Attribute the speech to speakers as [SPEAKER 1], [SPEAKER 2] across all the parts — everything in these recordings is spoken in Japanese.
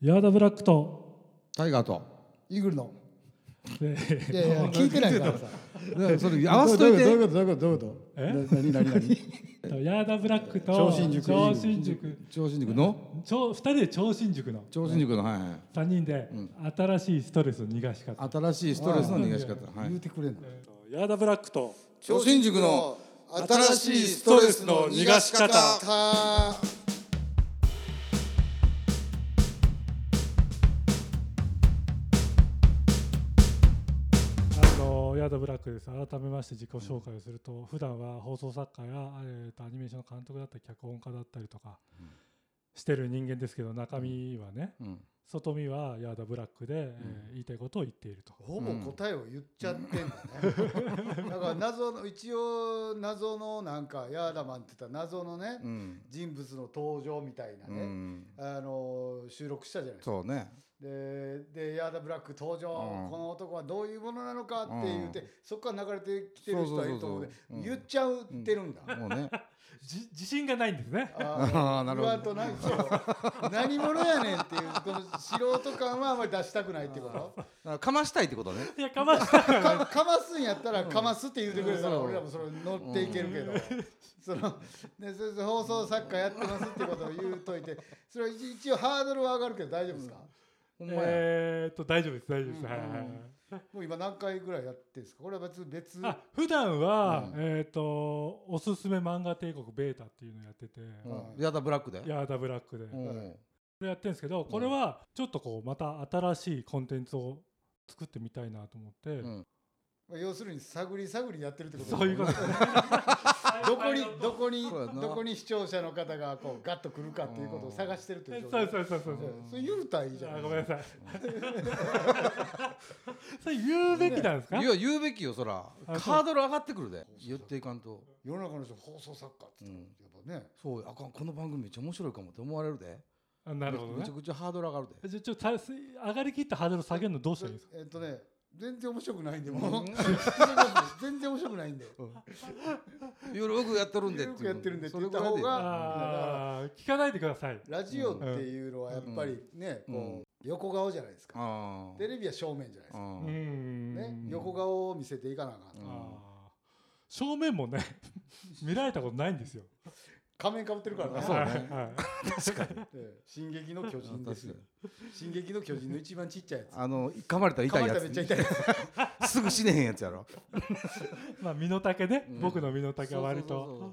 [SPEAKER 1] ヤーダブラック と
[SPEAKER 2] タイガーと。
[SPEAKER 3] イーグルの
[SPEAKER 1] で
[SPEAKER 3] いやいや聞いてないからさ
[SPEAKER 2] それ合わせといて。
[SPEAKER 3] どういうことどういうことどういうこと
[SPEAKER 1] え
[SPEAKER 3] 何何何
[SPEAKER 1] ヤーダブラックと
[SPEAKER 3] 超新塾
[SPEAKER 1] 超新塾
[SPEAKER 2] 超新塾の。
[SPEAKER 1] 超二人で超新塾の
[SPEAKER 2] 超新塾の、はいはい。
[SPEAKER 1] 三人で新しいストレスの逃がし方、
[SPEAKER 2] 新しいストレスの逃がし方。は
[SPEAKER 3] 言う
[SPEAKER 2] い。
[SPEAKER 3] てくれんの
[SPEAKER 1] ヤーダブラックと
[SPEAKER 2] 超新塾の新しいストレスの逃がし方。
[SPEAKER 1] あのヤーダブラックです改めまして自己紹介をすると、普段は放送作家や、えー、とアニメーションの監督だったり脚本家だったりとかしてる人間ですけど中身はね
[SPEAKER 2] うん。
[SPEAKER 1] 外見はヤーダブラックで、えー言いたいことを言っていると
[SPEAKER 3] ほぼ答えを言っちゃってんだね、だ から謎の一応謎のなんかヤーダマンって言ったら謎のね、
[SPEAKER 2] うん。
[SPEAKER 3] 人物の登場みたいな
[SPEAKER 2] う
[SPEAKER 3] ね、
[SPEAKER 2] ん。
[SPEAKER 3] あの収録したじゃないですか
[SPEAKER 2] そうね。
[SPEAKER 3] ででヤーダブラック登場、
[SPEAKER 2] うん
[SPEAKER 3] この男はどういうものなのかって言って、
[SPEAKER 2] う
[SPEAKER 3] そこから流れてきてる人はいると思うね
[SPEAKER 2] そうそうそうそう
[SPEAKER 3] 言っちゃうってるんだ、
[SPEAKER 2] もうね。
[SPEAKER 1] じ自信がないんですね
[SPEAKER 3] あ
[SPEAKER 2] あー
[SPEAKER 3] あ
[SPEAKER 2] な
[SPEAKER 3] な
[SPEAKER 2] る
[SPEAKER 3] る
[SPEAKER 2] ほ
[SPEAKER 3] ほ
[SPEAKER 2] ど
[SPEAKER 3] ど。となんか何者やねんっていうこの素人感はあまり出したくないっていうこと。
[SPEAKER 2] あかましたいってことね。
[SPEAKER 1] いやかました
[SPEAKER 3] かかますんやったらかますって言うてくれたら俺らもそれ乗っていけるけど。そのでそれで放送作家やってますってことを言うといて、それは一一応ハードルは上がるけど大丈夫ですか？
[SPEAKER 2] ほんまや。
[SPEAKER 1] えーっと大丈夫です大丈夫です、
[SPEAKER 3] うん
[SPEAKER 1] はいはいはい
[SPEAKER 3] もう今何回ぐらいやってるんですか？これは別に別
[SPEAKER 1] あ普段は、
[SPEAKER 2] うん
[SPEAKER 1] えーっとおすすめ漫画帝国ベータっていうのやってて、
[SPEAKER 2] うんやだブラックで。
[SPEAKER 1] ヤーダブラックで、
[SPEAKER 2] う
[SPEAKER 1] こ
[SPEAKER 2] ん。
[SPEAKER 1] れやってるんですけどこれはちょっとこうまた新しいコンテンツを作ってみたいなと思って、
[SPEAKER 2] うん
[SPEAKER 3] まあ要するに探り探りやってるってこと。
[SPEAKER 1] そういうこと。ですね
[SPEAKER 3] どこ にどこに
[SPEAKER 2] そうやな
[SPEAKER 3] どこに視聴者の方がこうガッと来るかっていうことを探してるっていう状況
[SPEAKER 1] そうそうそうそうそう
[SPEAKER 3] それ言うたらいいじゃな
[SPEAKER 1] あ
[SPEAKER 3] い
[SPEAKER 1] ごめんなさい それ言うべきなんですか、
[SPEAKER 2] いや言うべきよそら
[SPEAKER 1] あそう
[SPEAKER 2] ハードル上がってくるで言っていかんと
[SPEAKER 3] 世の中の人放送作家って言ったらやっぱね、
[SPEAKER 2] そうあかんこの番組めっちゃ面白いかもって思われるで
[SPEAKER 1] あなるほど
[SPEAKER 2] め
[SPEAKER 1] ね
[SPEAKER 2] ちゃくちゃハードル上がるで
[SPEAKER 1] じゃちょっとさ上がりきったハードル下げるのどうしたらいいですか
[SPEAKER 3] えっとね全然面白くないんでもう 全然面白くないんで
[SPEAKER 2] 夜よくやってるんで
[SPEAKER 3] よくやってるんでって
[SPEAKER 2] それ
[SPEAKER 3] 言
[SPEAKER 2] ぐ
[SPEAKER 3] った
[SPEAKER 2] らい
[SPEAKER 3] 方
[SPEAKER 2] で
[SPEAKER 3] が
[SPEAKER 1] ああ聞かないでください
[SPEAKER 3] ラジオっていうのはやっぱりね、
[SPEAKER 2] うん
[SPEAKER 3] こう横顔じゃないですか、
[SPEAKER 2] あ
[SPEAKER 3] テレビは正面じゃないです
[SPEAKER 2] あ
[SPEAKER 3] か、
[SPEAKER 1] うーん
[SPEAKER 3] ね、横顔を見せていかなあかん、
[SPEAKER 2] うん
[SPEAKER 1] あー正面もね 見られたことないんですよ。
[SPEAKER 3] 仮面かぶってるからな
[SPEAKER 2] そうね
[SPEAKER 1] はい
[SPEAKER 3] ええ進撃の巨人ですよ
[SPEAKER 2] 確
[SPEAKER 3] 進撃の巨人の一番ちっちゃいやつ
[SPEAKER 2] あの噛まれたら痛
[SPEAKER 3] 噛
[SPEAKER 2] い
[SPEAKER 3] まれ
[SPEAKER 2] や
[SPEAKER 3] たらめっちゃ痛
[SPEAKER 2] つ
[SPEAKER 3] いやつ
[SPEAKER 2] すぐ死ねへんやつやろ
[SPEAKER 1] まあ身の丈ね、
[SPEAKER 2] うん
[SPEAKER 1] 僕の身の丈は割
[SPEAKER 2] そうそう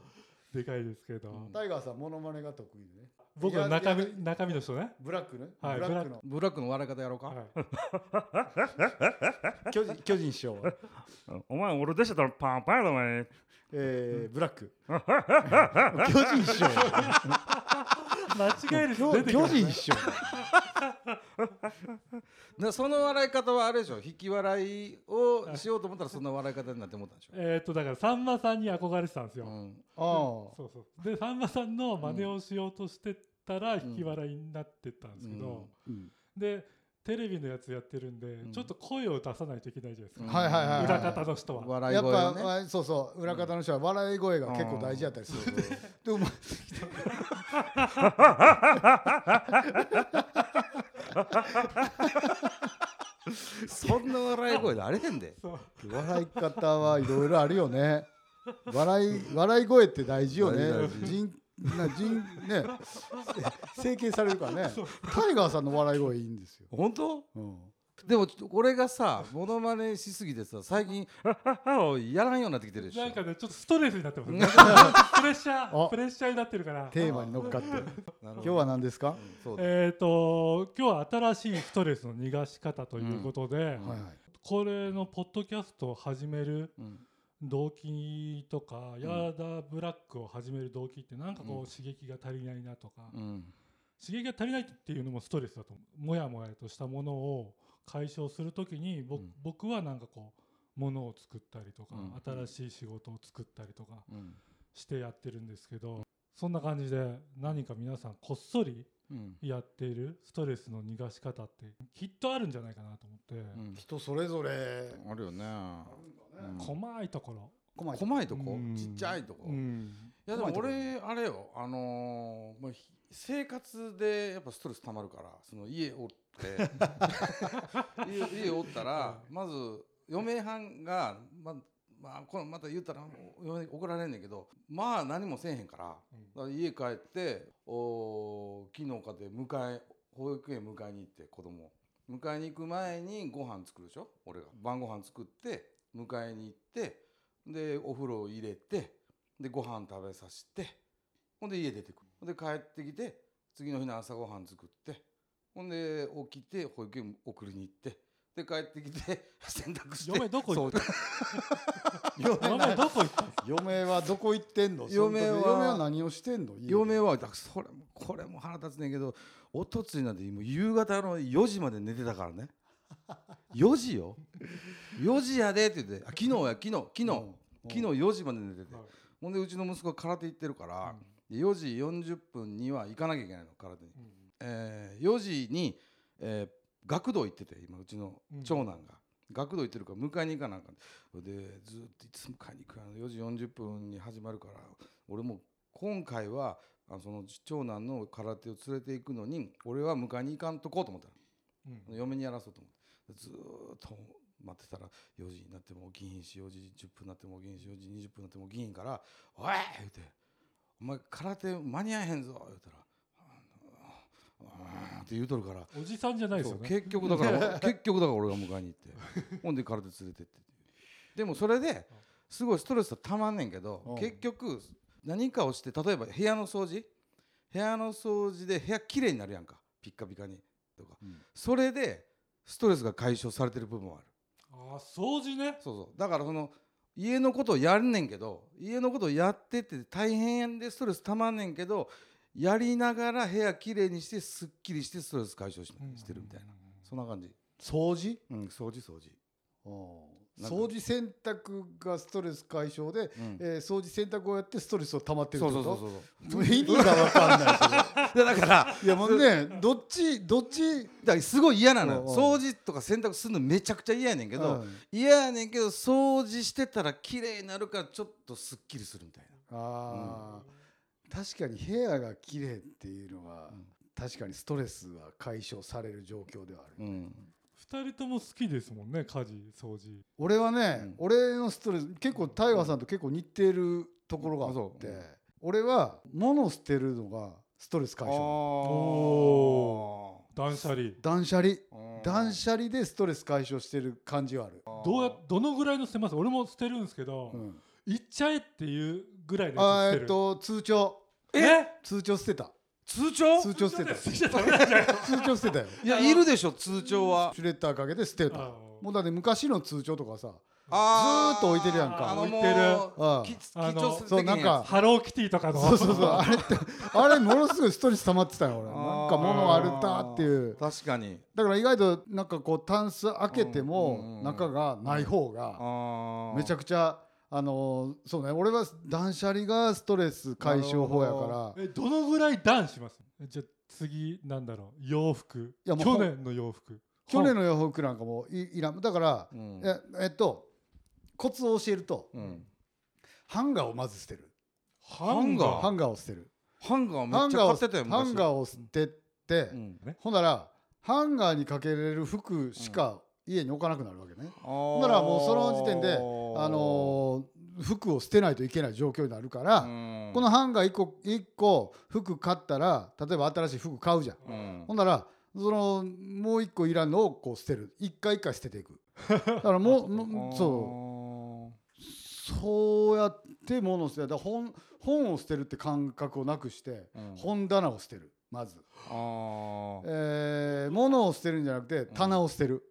[SPEAKER 1] とでかいですけど、
[SPEAKER 2] うん
[SPEAKER 3] タイガーさんモノマネが得意でね
[SPEAKER 1] 僕の中
[SPEAKER 3] いやい
[SPEAKER 1] 身中身の人ね。
[SPEAKER 3] ブラックね、
[SPEAKER 1] はい
[SPEAKER 3] ブラックの
[SPEAKER 2] ブラックの笑い方やろうか、
[SPEAKER 1] はい、
[SPEAKER 3] 巨人巨人師匠は、
[SPEAKER 4] お前俺出してたらパンパンやろお前
[SPEAKER 3] えー、ブラッ ク巨人師匠
[SPEAKER 1] 間違える人
[SPEAKER 3] 巨
[SPEAKER 1] 出てきま
[SPEAKER 3] 巨
[SPEAKER 1] す、ね。
[SPEAKER 3] 人師匠
[SPEAKER 2] なその笑い方はあれでしょ引き笑いをしようと思ったらそんな笑い方になって思ったんでしょ、
[SPEAKER 1] えーっとだからさんまさんに憧れてたんですよ。
[SPEAKER 2] うん
[SPEAKER 3] ああ
[SPEAKER 1] そうそう。でさんまさんの真似をしようとしてたら引き笑いになってたんですけど、
[SPEAKER 2] うん
[SPEAKER 3] うん
[SPEAKER 1] でテレビのやつやってるんで、
[SPEAKER 2] ん
[SPEAKER 1] ちょっと声を出さないといけないじゃないですか。
[SPEAKER 2] うん
[SPEAKER 3] はいはいはい、はい、
[SPEAKER 1] 裏方の人は。
[SPEAKER 2] 笑い
[SPEAKER 3] やっ
[SPEAKER 2] 声
[SPEAKER 3] ぱ
[SPEAKER 2] を、ね
[SPEAKER 3] あそうそう裏方の人は笑い声が結構大事だったりする、でもま
[SPEAKER 2] そんな笑い声であれへんで
[SPEAKER 1] そう
[SPEAKER 3] 笑い方はいろいろあるよね笑い笑い声って大事よね
[SPEAKER 2] 大事大
[SPEAKER 3] 人な人ね整形されるからねタイガーさんの笑い声いいんですよ、
[SPEAKER 2] 本当
[SPEAKER 3] うん
[SPEAKER 2] でもちょ俺がさモノマネしすぎてさ最近「ハッハをやらんようになってきてるでしょ
[SPEAKER 1] なんかね、ちょっとストレスになって ますね。プレッシャー、
[SPEAKER 3] あ
[SPEAKER 1] プレッシャーになってるから。
[SPEAKER 3] テーマに乗っかって
[SPEAKER 2] なる
[SPEAKER 3] 今
[SPEAKER 2] ほど
[SPEAKER 3] 日は何ですか、
[SPEAKER 2] そうだ
[SPEAKER 1] えっ、と、今日は新しいストレスの逃がし方ということで、
[SPEAKER 3] はい
[SPEAKER 1] これのポッドキャストを始める
[SPEAKER 2] うん
[SPEAKER 1] 動機とか、ヤーダブラックを始める動機って、なんかこ
[SPEAKER 2] うん
[SPEAKER 1] う刺激が足りないなとか、
[SPEAKER 2] うん
[SPEAKER 1] 刺激が足りないっていうのもストレスだと思う。もやもやとしたものを解消するときに、ぼ
[SPEAKER 2] うん
[SPEAKER 1] 僕はなんかこう、ものを作ったりとか、
[SPEAKER 2] うん
[SPEAKER 1] 新しい仕事を作ったりとか、
[SPEAKER 2] うん
[SPEAKER 1] してやってるんですけど、そんな感じで何か皆さんこっそり
[SPEAKER 2] うん
[SPEAKER 1] やっているストレスの逃がし方ってきっとあるんじゃないかなと思って、
[SPEAKER 2] うん
[SPEAKER 3] 人それぞれ
[SPEAKER 2] あるよねうん
[SPEAKER 1] 細いところ、
[SPEAKER 3] 細かい
[SPEAKER 2] 細いとこ
[SPEAKER 1] うん
[SPEAKER 2] ちっちゃいとこ
[SPEAKER 1] うん
[SPEAKER 2] いやでも
[SPEAKER 3] 細いとこ
[SPEAKER 2] 俺あれよあのーもうひ生活でやっぱストレスたまるからその家おって家家おったらまず嫁はんがままあ、これまた言ったら嫁に怒られんねんけどまあ何もせえへんから
[SPEAKER 1] うん
[SPEAKER 2] だから家帰ってお昨日かで迎え保育園迎えに行って子供を迎えに行く前にご飯作るでしょ俺が晩ご飯作って迎えに行ってでお風呂入れてでご飯食べさせてほんで家出てくるほんで帰ってきて次の日の朝ご飯作ってほんで起きて保育園送りに行ってで帰ってきて洗濯して
[SPEAKER 1] 嫁どこ行った
[SPEAKER 2] そう
[SPEAKER 1] お前どこ行った
[SPEAKER 3] 嫁はどこ行ってんのその時
[SPEAKER 2] 嫁は
[SPEAKER 3] 嫁は何をしてんの
[SPEAKER 2] 嫁はだそれもこれも腹立つねんけどおとついなんてもう夕方の4時まで寝てたからね 4時よ4時やでって言ってあ昨日や昨日昨日、昨日4時まで寝てて、
[SPEAKER 1] はい
[SPEAKER 2] ほんでうちの息子は空手行ってるから、で4時40分には行かなきゃいけないの空手に、えー4時に、えー学童行ってて今うちの長男が、学童行ってるから迎えに行かなあかんでずっといつ迎えに行くやの4時40分に始まるから俺も今回はあのその長男の空手を連れて行くのに俺は迎えに行かんとこうと思ったの
[SPEAKER 1] うん
[SPEAKER 2] 嫁にやらそうと思ってずーっと待ってたら4時になっても起きひんし4時10分になっても起きひんし4時20分になっても起きひんから「おい!」言うて「お前空手間に合えへんぞ」言うたら「あのうーん」って言うとるから
[SPEAKER 1] おじさんじゃないです
[SPEAKER 2] そ
[SPEAKER 1] よ
[SPEAKER 2] う
[SPEAKER 1] ね
[SPEAKER 2] 結局だか ら結局だから俺が迎えに行ってほんで空手連れてってでもそれですごいストレスはたまんねんけ
[SPEAKER 3] うん
[SPEAKER 2] ど結局何かをして例えば部屋の掃除部屋の掃除で部屋きれいになるやんかピッカピカにとか、うんそれでストレスが解消されてる部分はある
[SPEAKER 1] あー掃除ね
[SPEAKER 2] そうそうだからその家のことをやんねんけど家のことをやってて大変でストレスたまんねんけどやりながら部屋きれいにしてすっきりしてストレス解消し,、してるみたいなそんな感じ
[SPEAKER 3] 掃除
[SPEAKER 2] うん、掃除掃除。なんか
[SPEAKER 3] 掃除洗濯がストレス解消で、
[SPEAKER 2] うん
[SPEAKER 3] えー掃除洗濯をやってストレスを溜まってるっ
[SPEAKER 2] そう
[SPEAKER 3] て
[SPEAKER 2] そう
[SPEAKER 3] こと
[SPEAKER 2] そうそう。
[SPEAKER 3] もう意味が分かんな いそ
[SPEAKER 2] い
[SPEAKER 3] れ
[SPEAKER 2] やだから、だか
[SPEAKER 3] いやもうねどっちどっち
[SPEAKER 2] らすごい嫌なのよ。
[SPEAKER 3] うんうん
[SPEAKER 2] 掃除とか洗濯するのめちゃくちゃ嫌やねんけ
[SPEAKER 3] う
[SPEAKER 2] ど、
[SPEAKER 3] ん
[SPEAKER 2] 嫌やねんけど掃除してたら綺麗になるからちょっとすっきりするみたい
[SPEAKER 3] あー、確かに部屋が綺麗っていうのは、
[SPEAKER 2] うん
[SPEAKER 3] 確かにストレスは解消される状況ではある、
[SPEAKER 2] な。うん。
[SPEAKER 1] 二人とも好きですもんね家事掃除
[SPEAKER 3] 俺はね、
[SPEAKER 2] うん
[SPEAKER 3] 俺のストレス結構大河さんと結構似てるところがあ
[SPEAKER 2] あそ
[SPEAKER 3] って、
[SPEAKER 2] ううん
[SPEAKER 3] 俺は物を捨てるのがストレス解消
[SPEAKER 1] お断捨離
[SPEAKER 3] 断捨離
[SPEAKER 2] ー
[SPEAKER 3] 断捨離でストレス解消してる感じはある、
[SPEAKER 1] どうやどのぐらいの捨てます俺も捨てるんですけど、
[SPEAKER 3] うん
[SPEAKER 1] 行っちゃえっていうぐらいの
[SPEAKER 3] あ
[SPEAKER 1] やつ捨
[SPEAKER 3] ーえ
[SPEAKER 1] て
[SPEAKER 3] っ
[SPEAKER 1] る
[SPEAKER 3] と通帳
[SPEAKER 1] え
[SPEAKER 3] 通帳捨てた
[SPEAKER 2] 通帳
[SPEAKER 3] 通帳捨てた
[SPEAKER 1] 捨てちゃダメなんじゃないの
[SPEAKER 3] 通帳捨てたよ
[SPEAKER 2] いや、いるでしょ、通帳は。
[SPEAKER 3] シュレッダーかけて捨てた
[SPEAKER 1] あー
[SPEAKER 3] もうだって昔の通帳とかさ
[SPEAKER 2] あ
[SPEAKER 3] ずーっと置いてるやんか
[SPEAKER 2] あのも
[SPEAKER 1] 置いてる
[SPEAKER 2] う、
[SPEAKER 3] うん
[SPEAKER 2] き緊張する。
[SPEAKER 3] そうなんか
[SPEAKER 1] ハローキティとかの
[SPEAKER 3] そうそうそうあれってあれものすごいストレス溜まってたよ俺なんか物あるなっていう
[SPEAKER 2] 確かに。
[SPEAKER 3] だから意外となんかこうタンス開けて
[SPEAKER 2] うんうんう
[SPEAKER 3] も
[SPEAKER 2] ん
[SPEAKER 3] 中がない方が
[SPEAKER 2] あ
[SPEAKER 3] めちゃ
[SPEAKER 2] くち
[SPEAKER 3] くちゃあのーそうね俺は断捨離がストレス解消法や
[SPEAKER 2] なる
[SPEAKER 3] から
[SPEAKER 1] えどのぐらいダウンしますじゃあ次なんだろう洋服
[SPEAKER 3] いやもう
[SPEAKER 1] 去年の洋服
[SPEAKER 3] 去年
[SPEAKER 1] の
[SPEAKER 3] の洋服なんかもういいらんだから、
[SPEAKER 2] ゃ。うん。
[SPEAKER 3] ええっとコツを教えると
[SPEAKER 2] うん
[SPEAKER 3] ハンガーをまず捨てる
[SPEAKER 1] ハ
[SPEAKER 2] ンガあー
[SPEAKER 3] ハンガーを捨てる
[SPEAKER 2] ハンガー
[SPEAKER 3] ハ
[SPEAKER 2] めっ
[SPEAKER 3] ン
[SPEAKER 2] ち
[SPEAKER 3] ガ
[SPEAKER 2] ゃ
[SPEAKER 3] ー
[SPEAKER 2] 買
[SPEAKER 3] を
[SPEAKER 2] ってたよ、
[SPEAKER 3] ハンガ
[SPEAKER 2] ー。
[SPEAKER 3] ーを捨てて、
[SPEAKER 2] うん。
[SPEAKER 3] ほんならハンガーにかけれる服しか家に置かなくなるわけね、
[SPEAKER 2] ほ
[SPEAKER 3] んならもうその時点であのー服を捨てないといけない状況になるから、このハンガー1個一個服買ったら例えば新しい服買うじゃん、
[SPEAKER 2] うん
[SPEAKER 3] ほんならそのもう1個いらんのをこう捨てる一回一回捨てて いくだからもうもうそうそうやって物を捨てるだから本本を捨てるって感覚をなくして、
[SPEAKER 2] うん
[SPEAKER 3] 本棚を捨てるまず、
[SPEAKER 2] あー
[SPEAKER 3] えー物を捨てるんじゃなくて棚を捨てる、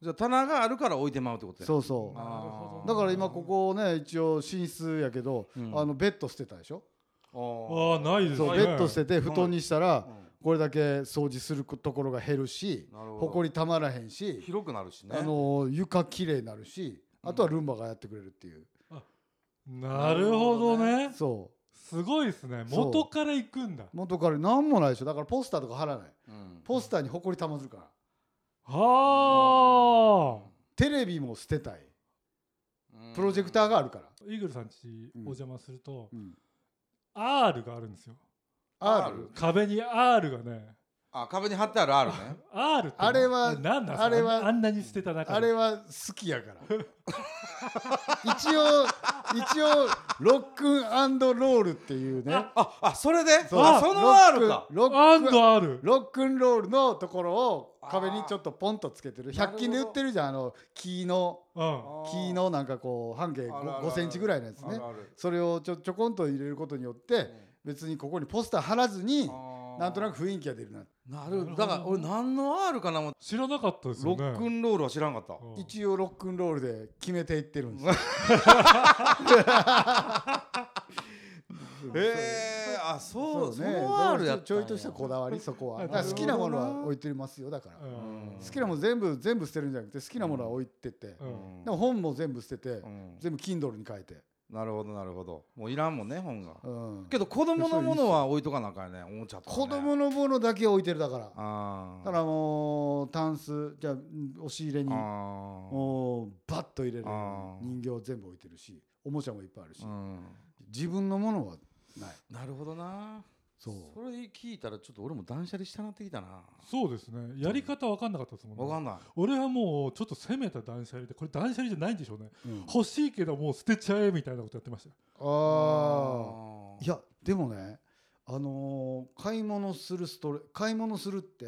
[SPEAKER 2] じゃあ棚があるから置いてまうってことや
[SPEAKER 3] そうそう
[SPEAKER 2] あー
[SPEAKER 3] だから今ここね一応寝室やけど、
[SPEAKER 2] うん
[SPEAKER 3] あのベッド捨てたでしょ、
[SPEAKER 1] ああないですね
[SPEAKER 3] そうベッド捨
[SPEAKER 1] て
[SPEAKER 3] てて布団にしたら、
[SPEAKER 2] うん
[SPEAKER 3] これだけ掃除するところが減るし
[SPEAKER 2] なるほど
[SPEAKER 3] ほこりたまらへんし、
[SPEAKER 2] 広くなるしね
[SPEAKER 3] あの床きれいになるしあとはルンバがやってくれるっていう、
[SPEAKER 1] なるほどね
[SPEAKER 3] そ
[SPEAKER 1] すごいですね
[SPEAKER 3] そう
[SPEAKER 1] 元から行くんだ
[SPEAKER 3] う元から何もないでしょだからポスターとか貼らない
[SPEAKER 2] うん
[SPEAKER 3] ポスターにほこりたまるから
[SPEAKER 1] はあ
[SPEAKER 3] テレビも捨てたいプロジェクターがあるから、
[SPEAKER 1] イーグルさんちお邪魔すると
[SPEAKER 3] うん
[SPEAKER 1] R があるんですよ
[SPEAKER 3] R
[SPEAKER 1] 壁に R がね
[SPEAKER 2] あ壁に貼ってある R ね
[SPEAKER 1] R って
[SPEAKER 3] あれは
[SPEAKER 1] 何なんすか
[SPEAKER 3] あれは
[SPEAKER 1] あんなに捨てた中で
[SPEAKER 3] あれは好きやから一応一応ロックンロールっていうね
[SPEAKER 2] ああそれで
[SPEAKER 3] う
[SPEAKER 2] あその R か
[SPEAKER 3] ロック
[SPEAKER 1] ア
[SPEAKER 3] ン
[SPEAKER 1] ン
[SPEAKER 3] ロック
[SPEAKER 1] ド R
[SPEAKER 3] ロックンロールのところを壁にちょっとポンとつけてる
[SPEAKER 2] あー
[SPEAKER 3] 100均で売ってるじゃんあの木の
[SPEAKER 1] うん
[SPEAKER 3] 木のなんかこう半径
[SPEAKER 2] あるあるある
[SPEAKER 3] 5センチぐらいのやつね
[SPEAKER 2] ある
[SPEAKER 3] それをちょちょこんと入れることによって別にここにポスター貼らずに
[SPEAKER 2] ある
[SPEAKER 3] なんとなく雰囲気が出るな
[SPEAKER 2] なるほどだから俺何の R かなも
[SPEAKER 1] 知らなかったです
[SPEAKER 2] ロ
[SPEAKER 1] よね
[SPEAKER 2] ックンロールは知らんかった
[SPEAKER 1] うん
[SPEAKER 3] 一応ロックンロールで決めていってるんですよ
[SPEAKER 2] へえあ
[SPEAKER 3] そ
[SPEAKER 2] そう
[SPEAKER 3] う
[SPEAKER 2] そ
[SPEAKER 3] ね
[SPEAKER 2] の R や
[SPEAKER 3] だ
[SPEAKER 2] っ
[SPEAKER 3] か
[SPEAKER 2] た
[SPEAKER 3] ら
[SPEAKER 2] ん
[SPEAKER 3] ちょいとした
[SPEAKER 2] や
[SPEAKER 3] こだわりそこは
[SPEAKER 1] あ
[SPEAKER 3] だから好きなも
[SPEAKER 1] な
[SPEAKER 3] の
[SPEAKER 1] るほど
[SPEAKER 3] は
[SPEAKER 1] な
[SPEAKER 3] 置いてますよだから
[SPEAKER 1] う
[SPEAKER 3] 好
[SPEAKER 1] ん
[SPEAKER 2] 好
[SPEAKER 3] きなもの全部全部捨てるんじゃなくて好きなものは置いてて
[SPEAKER 1] う
[SPEAKER 3] で
[SPEAKER 1] ん
[SPEAKER 2] うん
[SPEAKER 3] も本も全部捨てて
[SPEAKER 2] うん
[SPEAKER 3] 全部 Kindle に変えて
[SPEAKER 2] なるほどなるほどもういらんもんね本が
[SPEAKER 3] うん
[SPEAKER 2] けど子供のものは置いとかなあかんねおもちゃとかね
[SPEAKER 3] 子供のものだけ置いてるだから
[SPEAKER 2] あー
[SPEAKER 3] だからもうタンスじゃあうん押し入れに
[SPEAKER 2] あー
[SPEAKER 3] もうバッと入れる
[SPEAKER 2] あー
[SPEAKER 3] 人形全部置いてるしおもちゃもいっぱいあるし
[SPEAKER 2] うん
[SPEAKER 3] 自分のものはない
[SPEAKER 2] なるほどな
[SPEAKER 3] そ
[SPEAKER 2] そうれ聞いたらちょっと俺も断捨離したなってきたな
[SPEAKER 1] そうですねやり方わかんなかったですもんね
[SPEAKER 2] わかんない
[SPEAKER 1] 俺はもうちょっと攻めた断捨離でこれ断捨離じゃないんでしょうね
[SPEAKER 3] うん
[SPEAKER 1] 欲しいけどもう捨てちゃえみたいなことやってましたよ
[SPEAKER 3] ああ
[SPEAKER 2] あ
[SPEAKER 3] いやでもねあのー買い物するストレ買い物するって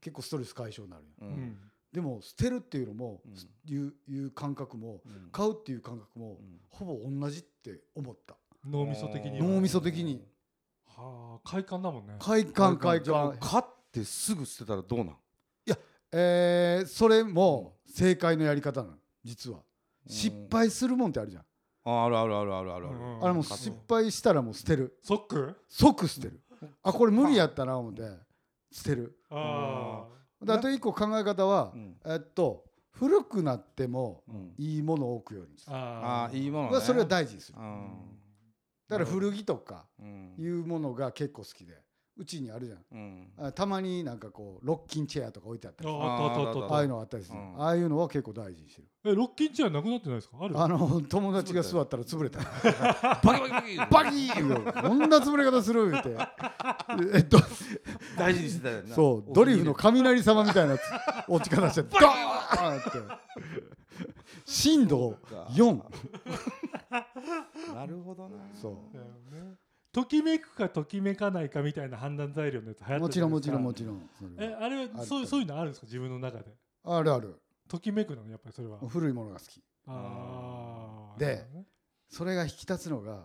[SPEAKER 3] 結構ストレス解消になるやん
[SPEAKER 2] う
[SPEAKER 1] うん
[SPEAKER 3] でも捨てるっていうのも、
[SPEAKER 2] うん
[SPEAKER 3] すいういう感覚も
[SPEAKER 2] うん
[SPEAKER 3] 買うっていう感覚
[SPEAKER 2] う
[SPEAKER 3] も、
[SPEAKER 2] ん
[SPEAKER 3] ほぼ同じって思った
[SPEAKER 1] 脳みそ的には
[SPEAKER 3] 脳みそ的に
[SPEAKER 1] はあ快感だもんね
[SPEAKER 3] 快感快
[SPEAKER 2] じゃあもう
[SPEAKER 3] 感
[SPEAKER 2] 買ってすぐ捨てたらどうなん
[SPEAKER 3] えーそれも正解のやり方なの実は失敗するもんってあるじゃん、
[SPEAKER 2] ああるあるあるあるあるある
[SPEAKER 1] うん
[SPEAKER 3] あれもう
[SPEAKER 1] 買っ
[SPEAKER 3] 失
[SPEAKER 1] て
[SPEAKER 3] 敗したらもう捨てる
[SPEAKER 1] ソック
[SPEAKER 3] 即捨てるあこれ無理やったな思って捨てる
[SPEAKER 1] あ
[SPEAKER 3] であと一個考え方は、
[SPEAKER 2] うん
[SPEAKER 3] えっと古くなっても
[SPEAKER 2] うん
[SPEAKER 3] いいものを置くようにす
[SPEAKER 1] あ
[SPEAKER 3] る
[SPEAKER 2] あ
[SPEAKER 1] あ
[SPEAKER 2] あいいもの
[SPEAKER 3] は
[SPEAKER 2] ね
[SPEAKER 3] それは大事にする
[SPEAKER 2] うん
[SPEAKER 3] だから古着とか
[SPEAKER 2] うん
[SPEAKER 3] いうものが結構好きでうちにあるじゃん
[SPEAKER 2] うん
[SPEAKER 3] あたまになんかこうロッキンチェアとか置いてあったりする
[SPEAKER 1] ああったあったあっ
[SPEAKER 3] あ
[SPEAKER 1] た
[SPEAKER 3] あ
[SPEAKER 1] あ
[SPEAKER 3] い
[SPEAKER 1] っ
[SPEAKER 3] うのあったりする
[SPEAKER 2] うん
[SPEAKER 3] ああいうのは結構大事にしてる
[SPEAKER 1] たえロッキンチェアなくなってないですかある
[SPEAKER 3] あの友達が座ったら潰れた
[SPEAKER 2] バキバキバキ
[SPEAKER 3] バキーこんな潰れ方する言う てえっと
[SPEAKER 2] 大事にしてたよな
[SPEAKER 3] そうドリフの雷様みたいなつ落ち方してドー ンって震度4
[SPEAKER 2] なるほどな
[SPEAKER 3] そう
[SPEAKER 1] だよねときめくかときめかないかみたいな判断材料のやつ流行って
[SPEAKER 3] もちろんもちろんも
[SPEAKER 1] ろん
[SPEAKER 3] ちろんそれ
[SPEAKER 1] え
[SPEAKER 3] は
[SPEAKER 1] あれはそうそういうのあるんですか自分の中で
[SPEAKER 3] あるある
[SPEAKER 1] ときめくのやっぱりそれは
[SPEAKER 3] 古いものが好き
[SPEAKER 1] ああ
[SPEAKER 3] でそれが引き立つのが、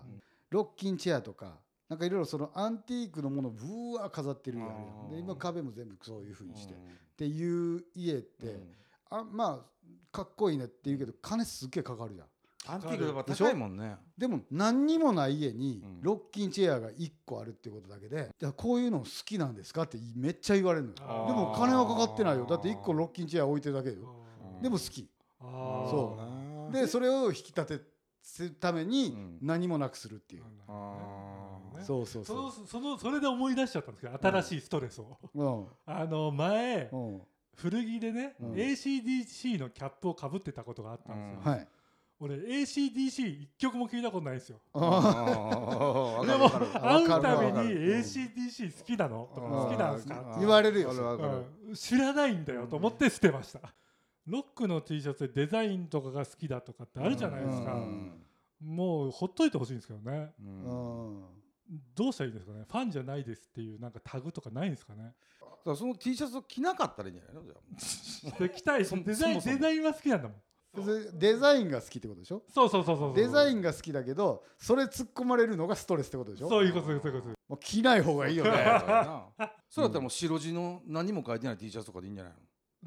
[SPEAKER 3] ロッキンチェアとかなんかいろいろそのアンティークのものをブワー飾ってるやん
[SPEAKER 2] あー
[SPEAKER 3] で今壁も全部そういうふう
[SPEAKER 2] うん
[SPEAKER 3] にして、っていう家って、
[SPEAKER 2] うん
[SPEAKER 3] あまあかっこいいねって言うけど金すっげえかかるやん
[SPEAKER 2] アンティークやっぱ高いもんね
[SPEAKER 3] でも何にもない家に
[SPEAKER 2] うん
[SPEAKER 3] ロッキンチェアが1個あるってことだけで「いやこういうの好きなんですか?」ってめっちゃ言われるのよで
[SPEAKER 1] あー
[SPEAKER 3] も金はかかってないよだって1個ロッキンチェア置いてるだけよ
[SPEAKER 1] あ
[SPEAKER 2] ん
[SPEAKER 3] でも好き
[SPEAKER 1] あー
[SPEAKER 3] そう
[SPEAKER 2] う
[SPEAKER 3] でそれを引き立てるため
[SPEAKER 2] う
[SPEAKER 3] に
[SPEAKER 2] ん
[SPEAKER 3] 何もなくするっていう、
[SPEAKER 1] あーなるほどね
[SPEAKER 3] そうそう
[SPEAKER 1] そ
[SPEAKER 3] そう
[SPEAKER 1] のそのそれで思い出しちゃったんですけど新しいストレスを、
[SPEAKER 3] うん
[SPEAKER 1] あの前
[SPEAKER 3] うん
[SPEAKER 1] 古着でね、
[SPEAKER 3] うん
[SPEAKER 1] ACDC のキャップをかぶってたことがあったんですよ、
[SPEAKER 2] うん
[SPEAKER 3] はい。
[SPEAKER 1] 俺 ACDC 一曲も聞いたことないんですよ
[SPEAKER 3] あ
[SPEAKER 1] で
[SPEAKER 2] で
[SPEAKER 1] も
[SPEAKER 3] か
[SPEAKER 1] 会
[SPEAKER 3] る
[SPEAKER 1] う
[SPEAKER 3] わかる
[SPEAKER 1] た
[SPEAKER 3] わ
[SPEAKER 1] び
[SPEAKER 3] か
[SPEAKER 1] に
[SPEAKER 3] る
[SPEAKER 1] ACDC 好きなのとか好きなんですか
[SPEAKER 3] 言われるよ
[SPEAKER 2] それはわかる
[SPEAKER 1] うん知らないんだよと思って捨てました、ロックの T シャツでデザインとかが好きだとかってあるじゃないですか、
[SPEAKER 2] うん
[SPEAKER 1] もうほっといてほしいんですけどね
[SPEAKER 2] うん
[SPEAKER 3] うん。
[SPEAKER 1] どうしたらいいんですかねファンじゃないですっていうなんかタグとかないんですか ね
[SPEAKER 2] だからその T シャツを着なかったらいいんじゃないのじゃ
[SPEAKER 1] で着たい
[SPEAKER 2] そ
[SPEAKER 1] デザイン
[SPEAKER 2] そもそも
[SPEAKER 1] デザインは好きなんだもん
[SPEAKER 3] でデザインが好きってことでしょ
[SPEAKER 1] そうそうそうそうそう
[SPEAKER 3] デザインが好きだけどそれ突っ込まれるのがストレスってことでしょ
[SPEAKER 1] そういうことですそういうことです
[SPEAKER 3] もう着ない方がいいよね
[SPEAKER 2] あねえ それだったらもう白地の何も書いてない T シャツとかでいいんじゃない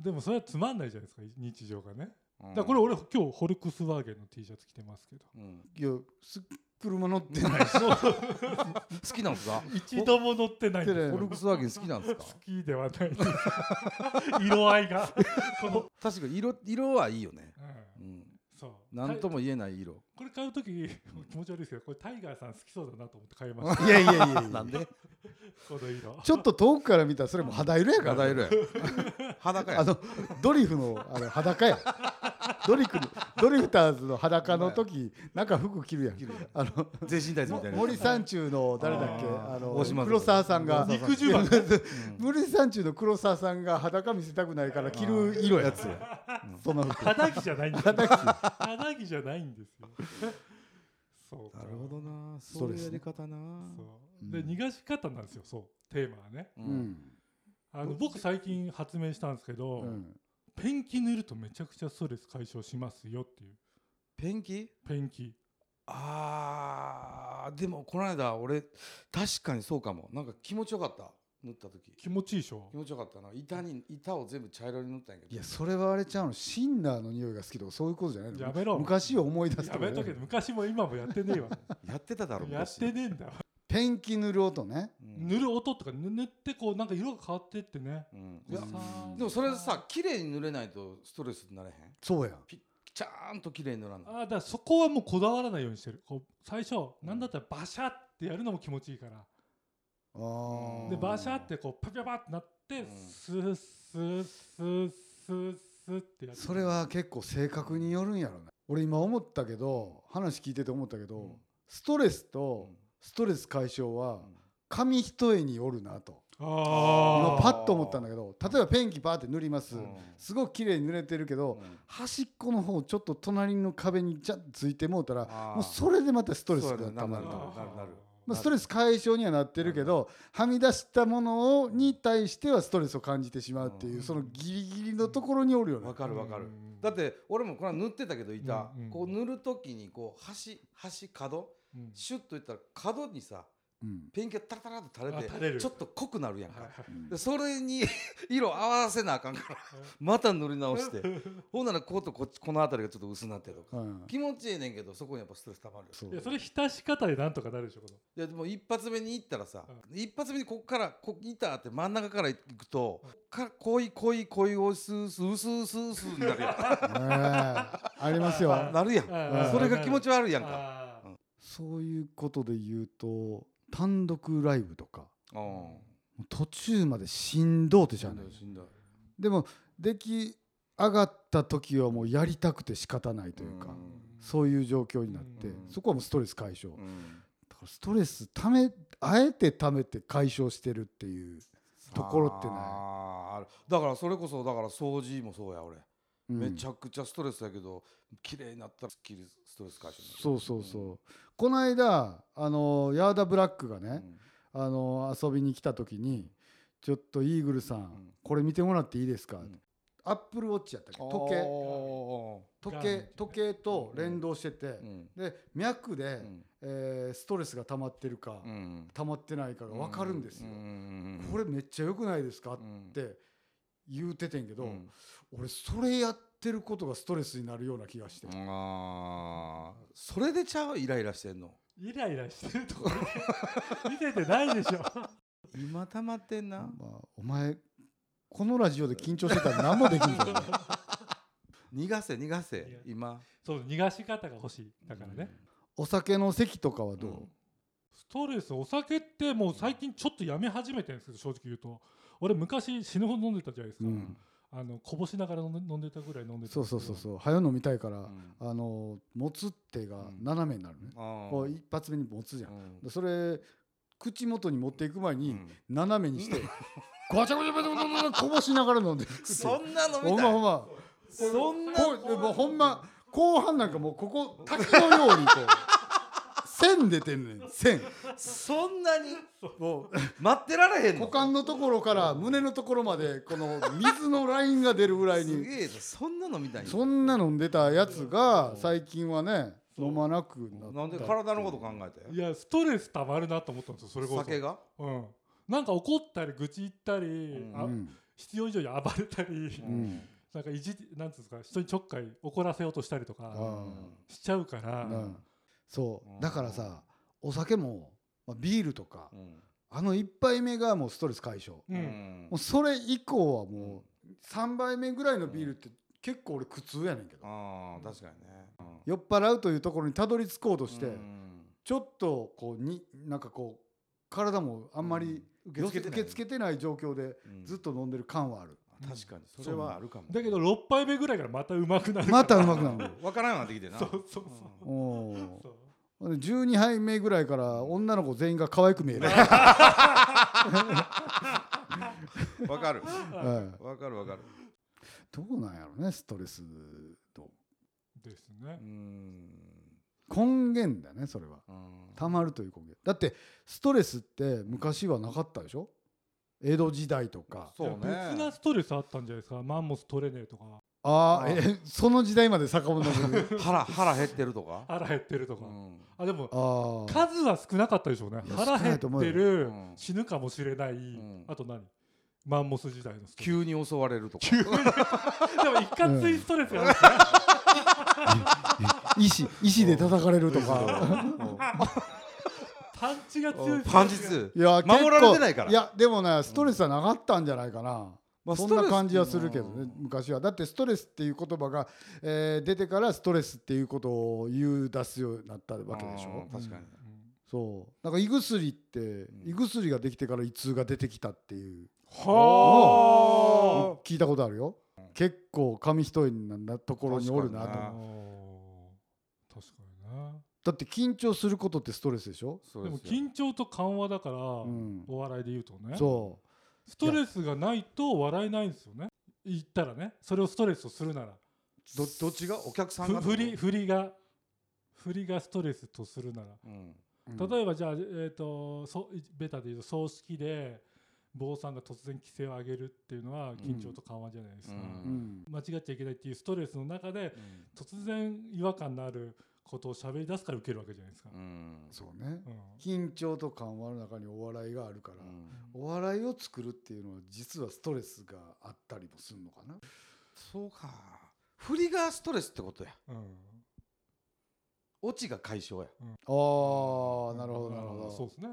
[SPEAKER 1] でもそれはつまんないじゃないですか日常がね
[SPEAKER 2] の
[SPEAKER 1] だからこれ俺今日ホルクスワーゲンの T シャツ着てますけど
[SPEAKER 2] うん
[SPEAKER 3] いやす車乗ってないし
[SPEAKER 2] 好きなんですか
[SPEAKER 1] 一度も乗ってないんです
[SPEAKER 2] フォ
[SPEAKER 1] よ
[SPEAKER 2] ルクスワーゲン好きなん ですか
[SPEAKER 1] 好きではないです色合いが この、
[SPEAKER 2] 確かに色色はいいよね
[SPEAKER 1] うん
[SPEAKER 2] うん
[SPEAKER 1] そう
[SPEAKER 2] 何とも言えない色
[SPEAKER 1] これ買う時気持ち悪いですけどこれタイガーさん好きそうだなと思って買い ました
[SPEAKER 3] いやいやいやい
[SPEAKER 2] な
[SPEAKER 3] や
[SPEAKER 2] んで
[SPEAKER 1] この色
[SPEAKER 3] ちょっと遠くから見たらそれも肌色やから
[SPEAKER 2] 肌色や裸や
[SPEAKER 3] あのドリフのあれ裸やドリクルドリフターズの裸の時なんか服着るやんあの
[SPEAKER 2] 全身タイツみたいなやつ
[SPEAKER 3] 森三中の誰だっけ
[SPEAKER 2] あー
[SPEAKER 3] あ
[SPEAKER 2] 大島さん
[SPEAKER 3] の黒沢さんが
[SPEAKER 1] 肉汁は
[SPEAKER 3] 森三中の黒沢さんが裸見せたくないから着る色やつやそんな服
[SPEAKER 1] 肌着じゃないんですよ
[SPEAKER 3] 裸着
[SPEAKER 1] 肌着じゃないんですよそうか
[SPEAKER 2] なるほどな
[SPEAKER 3] そ
[SPEAKER 2] そうう
[SPEAKER 3] で
[SPEAKER 2] いう
[SPEAKER 3] す
[SPEAKER 2] や
[SPEAKER 3] ね
[SPEAKER 2] り方な
[SPEAKER 1] そう
[SPEAKER 3] うん
[SPEAKER 1] で逃がし方なんですよそうテーマはね
[SPEAKER 2] う
[SPEAKER 3] う、ん
[SPEAKER 1] あの僕最近発明したんですけ
[SPEAKER 3] う
[SPEAKER 1] ど、
[SPEAKER 3] ん
[SPEAKER 1] ペンキ塗るとめちゃくちゃストレス解消しますよっていう
[SPEAKER 2] ペンキ
[SPEAKER 1] ペンキ
[SPEAKER 2] あーでもこの間俺確かにそうかもなんか気持ちよかった塗った時
[SPEAKER 1] 気持ちいいでしょ
[SPEAKER 2] 気持ちよかったな板に板を全部茶色に塗ったんやけど
[SPEAKER 3] いやそれはあれちゃうのシンナーの匂いが好きとかそういうことじゃないの
[SPEAKER 1] やめろ
[SPEAKER 3] 昔を思い出す
[SPEAKER 1] や
[SPEAKER 3] と
[SPEAKER 1] めと
[SPEAKER 3] か
[SPEAKER 1] け昔も今もやってねえ わ
[SPEAKER 2] やってただろ
[SPEAKER 1] やって
[SPEAKER 2] 昔
[SPEAKER 1] ねえんだわ
[SPEAKER 3] ペンキ塗る音ね
[SPEAKER 2] うん
[SPEAKER 1] 塗る音とかぬ塗ってこうなんか色が変わってってね
[SPEAKER 2] うん
[SPEAKER 3] いや
[SPEAKER 1] うん
[SPEAKER 2] でもそれさ綺麗に塗れないとストレスになれへん
[SPEAKER 3] そうやん
[SPEAKER 2] ちゃんと綺麗に塗らん
[SPEAKER 1] あ
[SPEAKER 2] の
[SPEAKER 1] ーだからそこはもうこだわらないようにしてるこう最初なんだったらバシャってやるのも気持ちいいから
[SPEAKER 3] あー
[SPEAKER 1] でバシャってこうパピャパってなって
[SPEAKER 2] ん
[SPEAKER 1] スースースースースーってやる
[SPEAKER 3] それは結構性格によるんやろね俺今思ったけど話聞いてて思ったけど、
[SPEAKER 2] うん
[SPEAKER 3] ストレ
[SPEAKER 2] う
[SPEAKER 3] スと
[SPEAKER 2] ん
[SPEAKER 3] ストレス解消
[SPEAKER 2] う
[SPEAKER 3] は
[SPEAKER 2] ん
[SPEAKER 3] 紙一重によるなと
[SPEAKER 1] あ
[SPEAKER 3] 今
[SPEAKER 1] あ
[SPEAKER 3] パッと思ったんだけど例えばペンキバーって塗ります、
[SPEAKER 2] うん
[SPEAKER 3] すごく綺麗に塗れてるけど、
[SPEAKER 2] うん
[SPEAKER 3] 端っこの方ちょっと隣の壁にジャッついてもうたら
[SPEAKER 2] あー
[SPEAKER 3] もうそれでまたストレスが
[SPEAKER 2] そうやね
[SPEAKER 3] たまる
[SPEAKER 2] な
[SPEAKER 3] と
[SPEAKER 2] るなるなる
[SPEAKER 3] まあ、ストレス解消にはなってるけどはみ出したものをに対してはストレスを感じてしまうっていううんそのギリギリのところにおるよね
[SPEAKER 2] わ。かるわかる
[SPEAKER 1] うん
[SPEAKER 2] だって俺もこれ塗ってたけど板
[SPEAKER 1] うんうん
[SPEAKER 2] こう塗る時にこう端端角
[SPEAKER 1] うん
[SPEAKER 2] シュッといったら角にさ
[SPEAKER 3] うん
[SPEAKER 2] ペンキがタラタラと垂れ
[SPEAKER 1] あ垂れ
[SPEAKER 2] て
[SPEAKER 1] る
[SPEAKER 2] ちょっと濃くなるやん
[SPEAKER 1] はいは
[SPEAKER 2] か
[SPEAKER 1] い
[SPEAKER 2] でそれに 色合わせなあかんからまた塗り直してほんならこうとこっちこの辺りがちょっと薄なってとか
[SPEAKER 3] うん
[SPEAKER 2] 気持ちいいねんけどそこにやっぱストレスたまるよ
[SPEAKER 3] そう
[SPEAKER 1] いやそれ浸し方でなんとかなるでしょこの
[SPEAKER 2] いやでも一発目に行ったらさ、一発目にここからこ板って真ん中から行くと、こっから濃い濃い濃いをスースースースースーになるや
[SPEAKER 3] ねえありますよ。
[SPEAKER 2] んなるやん、
[SPEAKER 1] あ
[SPEAKER 3] ー
[SPEAKER 2] それが気持ち悪いやんか、
[SPEAKER 1] あー
[SPEAKER 3] そういうことで言うと単独ライブとか
[SPEAKER 2] うん、
[SPEAKER 3] もう途中までしんどうてじゃない
[SPEAKER 2] しんどい
[SPEAKER 3] でも出来上がった時はもうやりたくて仕方ないというか
[SPEAKER 2] うん
[SPEAKER 3] そういう状況になって
[SPEAKER 2] うん
[SPEAKER 3] そこはもうストレス解消だ
[SPEAKER 2] う
[SPEAKER 3] か
[SPEAKER 2] ん
[SPEAKER 3] らストレスためあえてためて解消してるっていうところってない
[SPEAKER 2] あーあるだからそれこそだから掃除もそうや俺、
[SPEAKER 3] うん
[SPEAKER 2] めちゃくちゃストレスやけど綺麗になったらすっきりストレス解消になる
[SPEAKER 3] そうそうそうこの間あのヤーダブラックが
[SPEAKER 2] うん
[SPEAKER 3] ねあの遊びに来た時にちょっとイーグルさん
[SPEAKER 2] ん
[SPEAKER 3] これ見てもらっていいですか
[SPEAKER 2] ん
[SPEAKER 3] アップルウォッチやったっけ
[SPEAKER 2] うん
[SPEAKER 3] 時計
[SPEAKER 2] お
[SPEAKER 3] 時
[SPEAKER 1] ガーミン
[SPEAKER 3] 計
[SPEAKER 1] ってね
[SPEAKER 3] 時計と連動してて、
[SPEAKER 2] ーうん
[SPEAKER 3] で脈で、
[SPEAKER 2] うん
[SPEAKER 3] えーストレスが溜まってるか、
[SPEAKER 2] うん
[SPEAKER 3] 溜まってないかが分かるんですよ、
[SPEAKER 2] うん
[SPEAKER 3] これめっちゃ良くないですかっ
[SPEAKER 2] うん
[SPEAKER 3] て言うててんけど、
[SPEAKER 2] うん
[SPEAKER 3] 俺それやってることがストレスになるような気がして、
[SPEAKER 2] あーそれでちゃうイライラしてんの
[SPEAKER 1] イライラしてるとこ見ててないでしょ
[SPEAKER 2] 今溜まってんな
[SPEAKER 3] まあ、お前このラジオで緊張してたら何もできんぞ
[SPEAKER 2] 逃がせ逃が
[SPEAKER 1] いや
[SPEAKER 2] せ今
[SPEAKER 1] そう逃がし方が欲しいだからね、
[SPEAKER 3] お酒の席とかはどう、
[SPEAKER 2] うん
[SPEAKER 1] ストレスお酒ってもう最近ちょっとやめ始めてるんですけど正直言うと俺昔死ぬほど飲んでたじゃないですか、
[SPEAKER 3] うん
[SPEAKER 1] あのこぼしながら飲んで飲んでたぐらい飲んでた
[SPEAKER 3] そうそうそう
[SPEAKER 1] う
[SPEAKER 3] そう早飲みたいから、
[SPEAKER 2] ん
[SPEAKER 3] あの持つ手が
[SPEAKER 2] うん
[SPEAKER 3] 斜めになるね、
[SPEAKER 2] あー
[SPEAKER 3] こう一発目に持つじゃん
[SPEAKER 2] うん
[SPEAKER 3] でそれ口元に持っていく前
[SPEAKER 2] う
[SPEAKER 3] に
[SPEAKER 2] ん
[SPEAKER 3] 斜めにしてガチャガチャガチャガチャガチャこぼしながら飲んでいくっていう
[SPEAKER 2] そんなの
[SPEAKER 3] ほ
[SPEAKER 2] み
[SPEAKER 3] んま
[SPEAKER 2] た
[SPEAKER 3] ほん
[SPEAKER 2] い
[SPEAKER 3] ま
[SPEAKER 2] そんな
[SPEAKER 3] こうでもうほんま後半なんかもうここ滝のようにこう線出てんねん線
[SPEAKER 2] そんなに
[SPEAKER 3] もう
[SPEAKER 2] 待ってられへんの
[SPEAKER 3] 股間のところから胸のところまでこの水のラインが出るぐらい
[SPEAKER 2] す
[SPEAKER 3] に
[SPEAKER 2] げえなそんなのみたい
[SPEAKER 3] そんな飲んでたやつが最近はね
[SPEAKER 1] そう
[SPEAKER 3] 飲まなくなった
[SPEAKER 2] なんで体のこと考えて
[SPEAKER 1] いやストレスたまるなと思ったんですよそれこそ
[SPEAKER 2] 酒が
[SPEAKER 1] うんなんか怒ったり愚痴言ったり、
[SPEAKER 2] うん
[SPEAKER 1] あ
[SPEAKER 3] うん
[SPEAKER 1] 必要以上に暴れたり、
[SPEAKER 3] ん
[SPEAKER 1] なんかいじなんつうんですか人にちょっかい怒らせようとしたりと
[SPEAKER 3] あ
[SPEAKER 1] か
[SPEAKER 3] ー
[SPEAKER 1] しちゃうから、
[SPEAKER 3] うん、そううんだからさお酒も、まあ、ビールとか
[SPEAKER 2] うん
[SPEAKER 3] あの1杯目がもうストレス解消も
[SPEAKER 1] うん
[SPEAKER 2] うん
[SPEAKER 3] うそれ以降はもう3杯目ぐらいのビールって結構俺苦痛やねんけど
[SPEAKER 2] あー確かにねうん
[SPEAKER 3] 酔っ払うというところにたどり着こうとして
[SPEAKER 2] うん
[SPEAKER 3] ちょっとこうになんかこう体もあんまり
[SPEAKER 2] うん
[SPEAKER 3] 受け付けてない状況で
[SPEAKER 2] うん
[SPEAKER 3] ずっと飲んでる感はある
[SPEAKER 2] 確かにそれはあるかも
[SPEAKER 1] だけど6杯目ぐらいからまたうまくなる
[SPEAKER 3] またうまくな る
[SPEAKER 2] 分からんようになってきてな
[SPEAKER 1] そうそう
[SPEAKER 2] う
[SPEAKER 3] おー
[SPEAKER 1] そう
[SPEAKER 3] ほんで12杯目ぐらいから女の子全員が可愛く見える、
[SPEAKER 2] んわかる
[SPEAKER 3] はい
[SPEAKER 2] わかるわかる
[SPEAKER 3] どうなんやろうねストレスと
[SPEAKER 1] です
[SPEAKER 2] う
[SPEAKER 1] ね
[SPEAKER 2] ーん
[SPEAKER 3] 根源だねそれは
[SPEAKER 2] うん
[SPEAKER 3] たまるという根源だってストレスって昔はなかったでしょ江戸時代とか
[SPEAKER 2] そうね
[SPEAKER 1] いや別なストレスあったんじゃないですかマンモス取れねえとか
[SPEAKER 3] ああ
[SPEAKER 2] あ
[SPEAKER 3] えその時代まで遡 る
[SPEAKER 2] 腹腹減ってるとか
[SPEAKER 1] 腹減ってると
[SPEAKER 2] う
[SPEAKER 1] か、
[SPEAKER 2] ん
[SPEAKER 1] あでも
[SPEAKER 3] ああ
[SPEAKER 1] 数は少なかったでしょうね
[SPEAKER 3] いや
[SPEAKER 1] 腹
[SPEAKER 3] 少な
[SPEAKER 1] 減
[SPEAKER 3] い
[SPEAKER 1] っ
[SPEAKER 3] と思うよ
[SPEAKER 1] てる、
[SPEAKER 2] うん
[SPEAKER 1] 死ぬかもしれない、
[SPEAKER 2] ん
[SPEAKER 1] あと何マンモス時代のストレス
[SPEAKER 2] 急に襲われるとか
[SPEAKER 1] 急に でも一括性ストレスがあるんですね
[SPEAKER 3] 意志意志で叩かれると
[SPEAKER 2] う
[SPEAKER 3] か
[SPEAKER 2] ん
[SPEAKER 1] パンチが強いですね
[SPEAKER 2] パンチ数
[SPEAKER 3] いや結構
[SPEAKER 2] 守られてないから
[SPEAKER 3] いやでもねストレスはなかったんじゃないかな、
[SPEAKER 2] まあス
[SPEAKER 3] そん
[SPEAKER 2] トレ
[SPEAKER 3] な
[SPEAKER 2] ス
[SPEAKER 3] 感じはするけどね
[SPEAKER 2] うん
[SPEAKER 3] 昔はだってストレスっていう言葉が、えー出てからストレスっていうことを言う出すようになったわけでし
[SPEAKER 2] う
[SPEAKER 3] ょ
[SPEAKER 2] ん確かに
[SPEAKER 3] そうなんか胃薬って、
[SPEAKER 2] ん
[SPEAKER 3] 胃薬ができてから胃痛が出てきたっていう
[SPEAKER 1] は
[SPEAKER 3] 聞いたことあるよ、結構紙一重なところにおるな
[SPEAKER 1] あ
[SPEAKER 3] と
[SPEAKER 2] 確か
[SPEAKER 3] 思う
[SPEAKER 1] 確
[SPEAKER 2] に
[SPEAKER 1] かにな
[SPEAKER 3] だって緊張することってストレスでしょ、
[SPEAKER 2] そう
[SPEAKER 1] でも
[SPEAKER 2] すよ
[SPEAKER 1] 緊張と緩和だから、
[SPEAKER 3] ん
[SPEAKER 1] お笑いで言うとね
[SPEAKER 3] そ
[SPEAKER 1] ストレスがないと笑えないんですよね言ったらねそれをストレスとするなら
[SPEAKER 2] どどっちがお客さん
[SPEAKER 1] ふ
[SPEAKER 2] が
[SPEAKER 1] 振り振りが振りがストレスとするなら
[SPEAKER 2] うん
[SPEAKER 3] う、うん
[SPEAKER 1] 例えばじゃあ、えー、とそベタで言うと葬式で坊さんが突然規制を上げるっていうのは緊張と緩和じゃないですか、
[SPEAKER 2] うん
[SPEAKER 3] うん
[SPEAKER 1] 間違っちゃいけないっていうストレスの中で突然違和感のあることを喋り出すから受けるわけじゃないですか、
[SPEAKER 2] うんうん
[SPEAKER 3] そうね
[SPEAKER 1] うん
[SPEAKER 3] 緊張と緩和の中にお笑いがあるから、
[SPEAKER 2] うん
[SPEAKER 3] お笑いを作るっていうのは実はストレスがあったりもするのかな
[SPEAKER 2] そうか振りがストレスってことや
[SPEAKER 1] うん
[SPEAKER 2] オチが解消や
[SPEAKER 3] ああなるほどなるほど
[SPEAKER 1] そうですね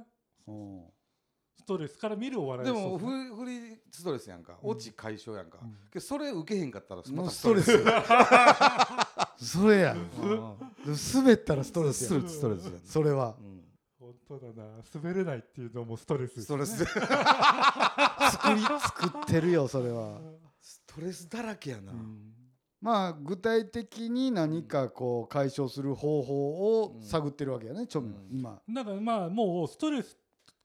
[SPEAKER 3] うん
[SPEAKER 1] ストレスから見るお笑い
[SPEAKER 2] で
[SPEAKER 1] そ
[SPEAKER 2] も
[SPEAKER 1] うす
[SPEAKER 2] ふ
[SPEAKER 1] ね
[SPEAKER 2] 振りストレスやんか
[SPEAKER 1] うん
[SPEAKER 2] オチ解消やんか
[SPEAKER 1] うん
[SPEAKER 2] けどそれ受けへんかったら
[SPEAKER 3] も
[SPEAKER 2] ま
[SPEAKER 3] う
[SPEAKER 2] た
[SPEAKER 3] ストレス それや
[SPEAKER 2] うん
[SPEAKER 3] でも滑ったらストレス
[SPEAKER 2] スト
[SPEAKER 3] や
[SPEAKER 2] レスストレスやん
[SPEAKER 3] それは
[SPEAKER 2] うん
[SPEAKER 1] 本当だな滑れないっていうのもストレスですね
[SPEAKER 2] ストレス
[SPEAKER 3] 作 り作ってるよそれは
[SPEAKER 2] ストレスだらけやな
[SPEAKER 1] うん
[SPEAKER 3] まあ具体的に何かこう解消する方法を
[SPEAKER 2] うん
[SPEAKER 3] 探ってるわけやねちょみは
[SPEAKER 2] うん
[SPEAKER 3] 今
[SPEAKER 1] だからまあもうストレス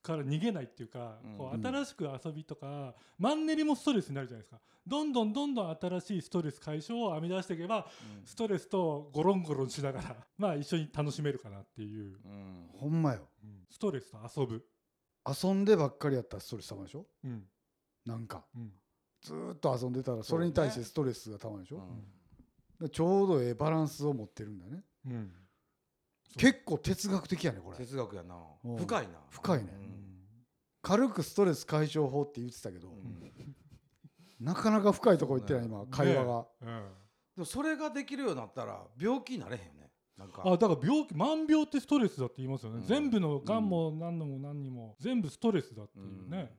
[SPEAKER 1] から逃げないっていうか、
[SPEAKER 2] うん
[SPEAKER 1] こ
[SPEAKER 2] う
[SPEAKER 1] うん新しく遊びとかマンネリもストレスになるじゃないですかどんどんどんどん新しいストレス解消を編み出していけばストレスとゴロンゴロンしながらまあ一緒に楽しめるかなっていう、
[SPEAKER 2] うんうん
[SPEAKER 3] ほんまよ
[SPEAKER 1] うんストレスと遊ぶ、
[SPEAKER 3] 遊んでばっかりやったらストレスたまるでしょ
[SPEAKER 1] うん
[SPEAKER 3] なんか
[SPEAKER 1] うん
[SPEAKER 3] ずーっと遊んでたらそれに対してストレスがたまるでしょ、
[SPEAKER 2] う
[SPEAKER 3] だか
[SPEAKER 2] ん
[SPEAKER 3] らちょうどええバランスを持ってるんだよね
[SPEAKER 1] うんそう
[SPEAKER 3] 結構哲学的やねこれ
[SPEAKER 2] 哲学やな
[SPEAKER 3] うん
[SPEAKER 2] 深いな
[SPEAKER 3] 深いね
[SPEAKER 2] うん
[SPEAKER 3] 軽くストレス解消法って言ってたけど、
[SPEAKER 2] うん
[SPEAKER 3] なかなか深いとこ行ってない今会話が、
[SPEAKER 1] うん
[SPEAKER 2] でもそれができるようになったら病気になれへんよねなんか
[SPEAKER 1] あだから病気万病ってストレスだって言いますよね、
[SPEAKER 2] うん
[SPEAKER 1] 全部のがんも何のも何にも全部ストレスだって
[SPEAKER 2] う
[SPEAKER 1] いうんね、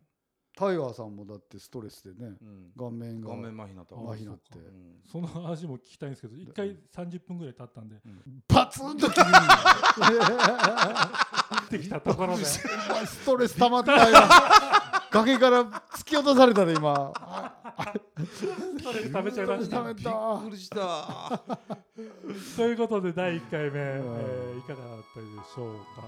[SPEAKER 3] タイガーさんもだってストレスでね
[SPEAKER 2] うん
[SPEAKER 3] 顔面が
[SPEAKER 2] 顔面麻痺になった
[SPEAKER 1] 麻痺
[SPEAKER 3] 麻痺になって
[SPEAKER 2] うん
[SPEAKER 1] その話も聞きたいんですけど一回30分ぐらい経ったんで
[SPEAKER 3] バツンと切る
[SPEAKER 1] できたところで
[SPEAKER 3] お前ストレス溜まった よ崖から突き落とされたで今あ
[SPEAKER 1] ストレス食べちゃいまし
[SPEAKER 3] ストレス溜
[SPEAKER 1] た
[SPEAKER 3] め。
[SPEAKER 2] びっくりした
[SPEAKER 1] ということで第1回目、え
[SPEAKER 3] ん
[SPEAKER 1] ーいかがだったでしょうか、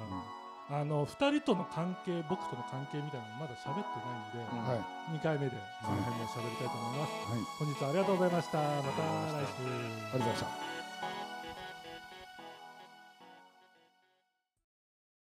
[SPEAKER 1] あの2人との関係僕との関係みたいなのまだ喋ってないんで、
[SPEAKER 2] うん
[SPEAKER 3] はい
[SPEAKER 1] 2回目でその辺も喋りたいと思います、
[SPEAKER 3] はい
[SPEAKER 1] 本日はありがとうございましたまた来週
[SPEAKER 3] ありがとうございました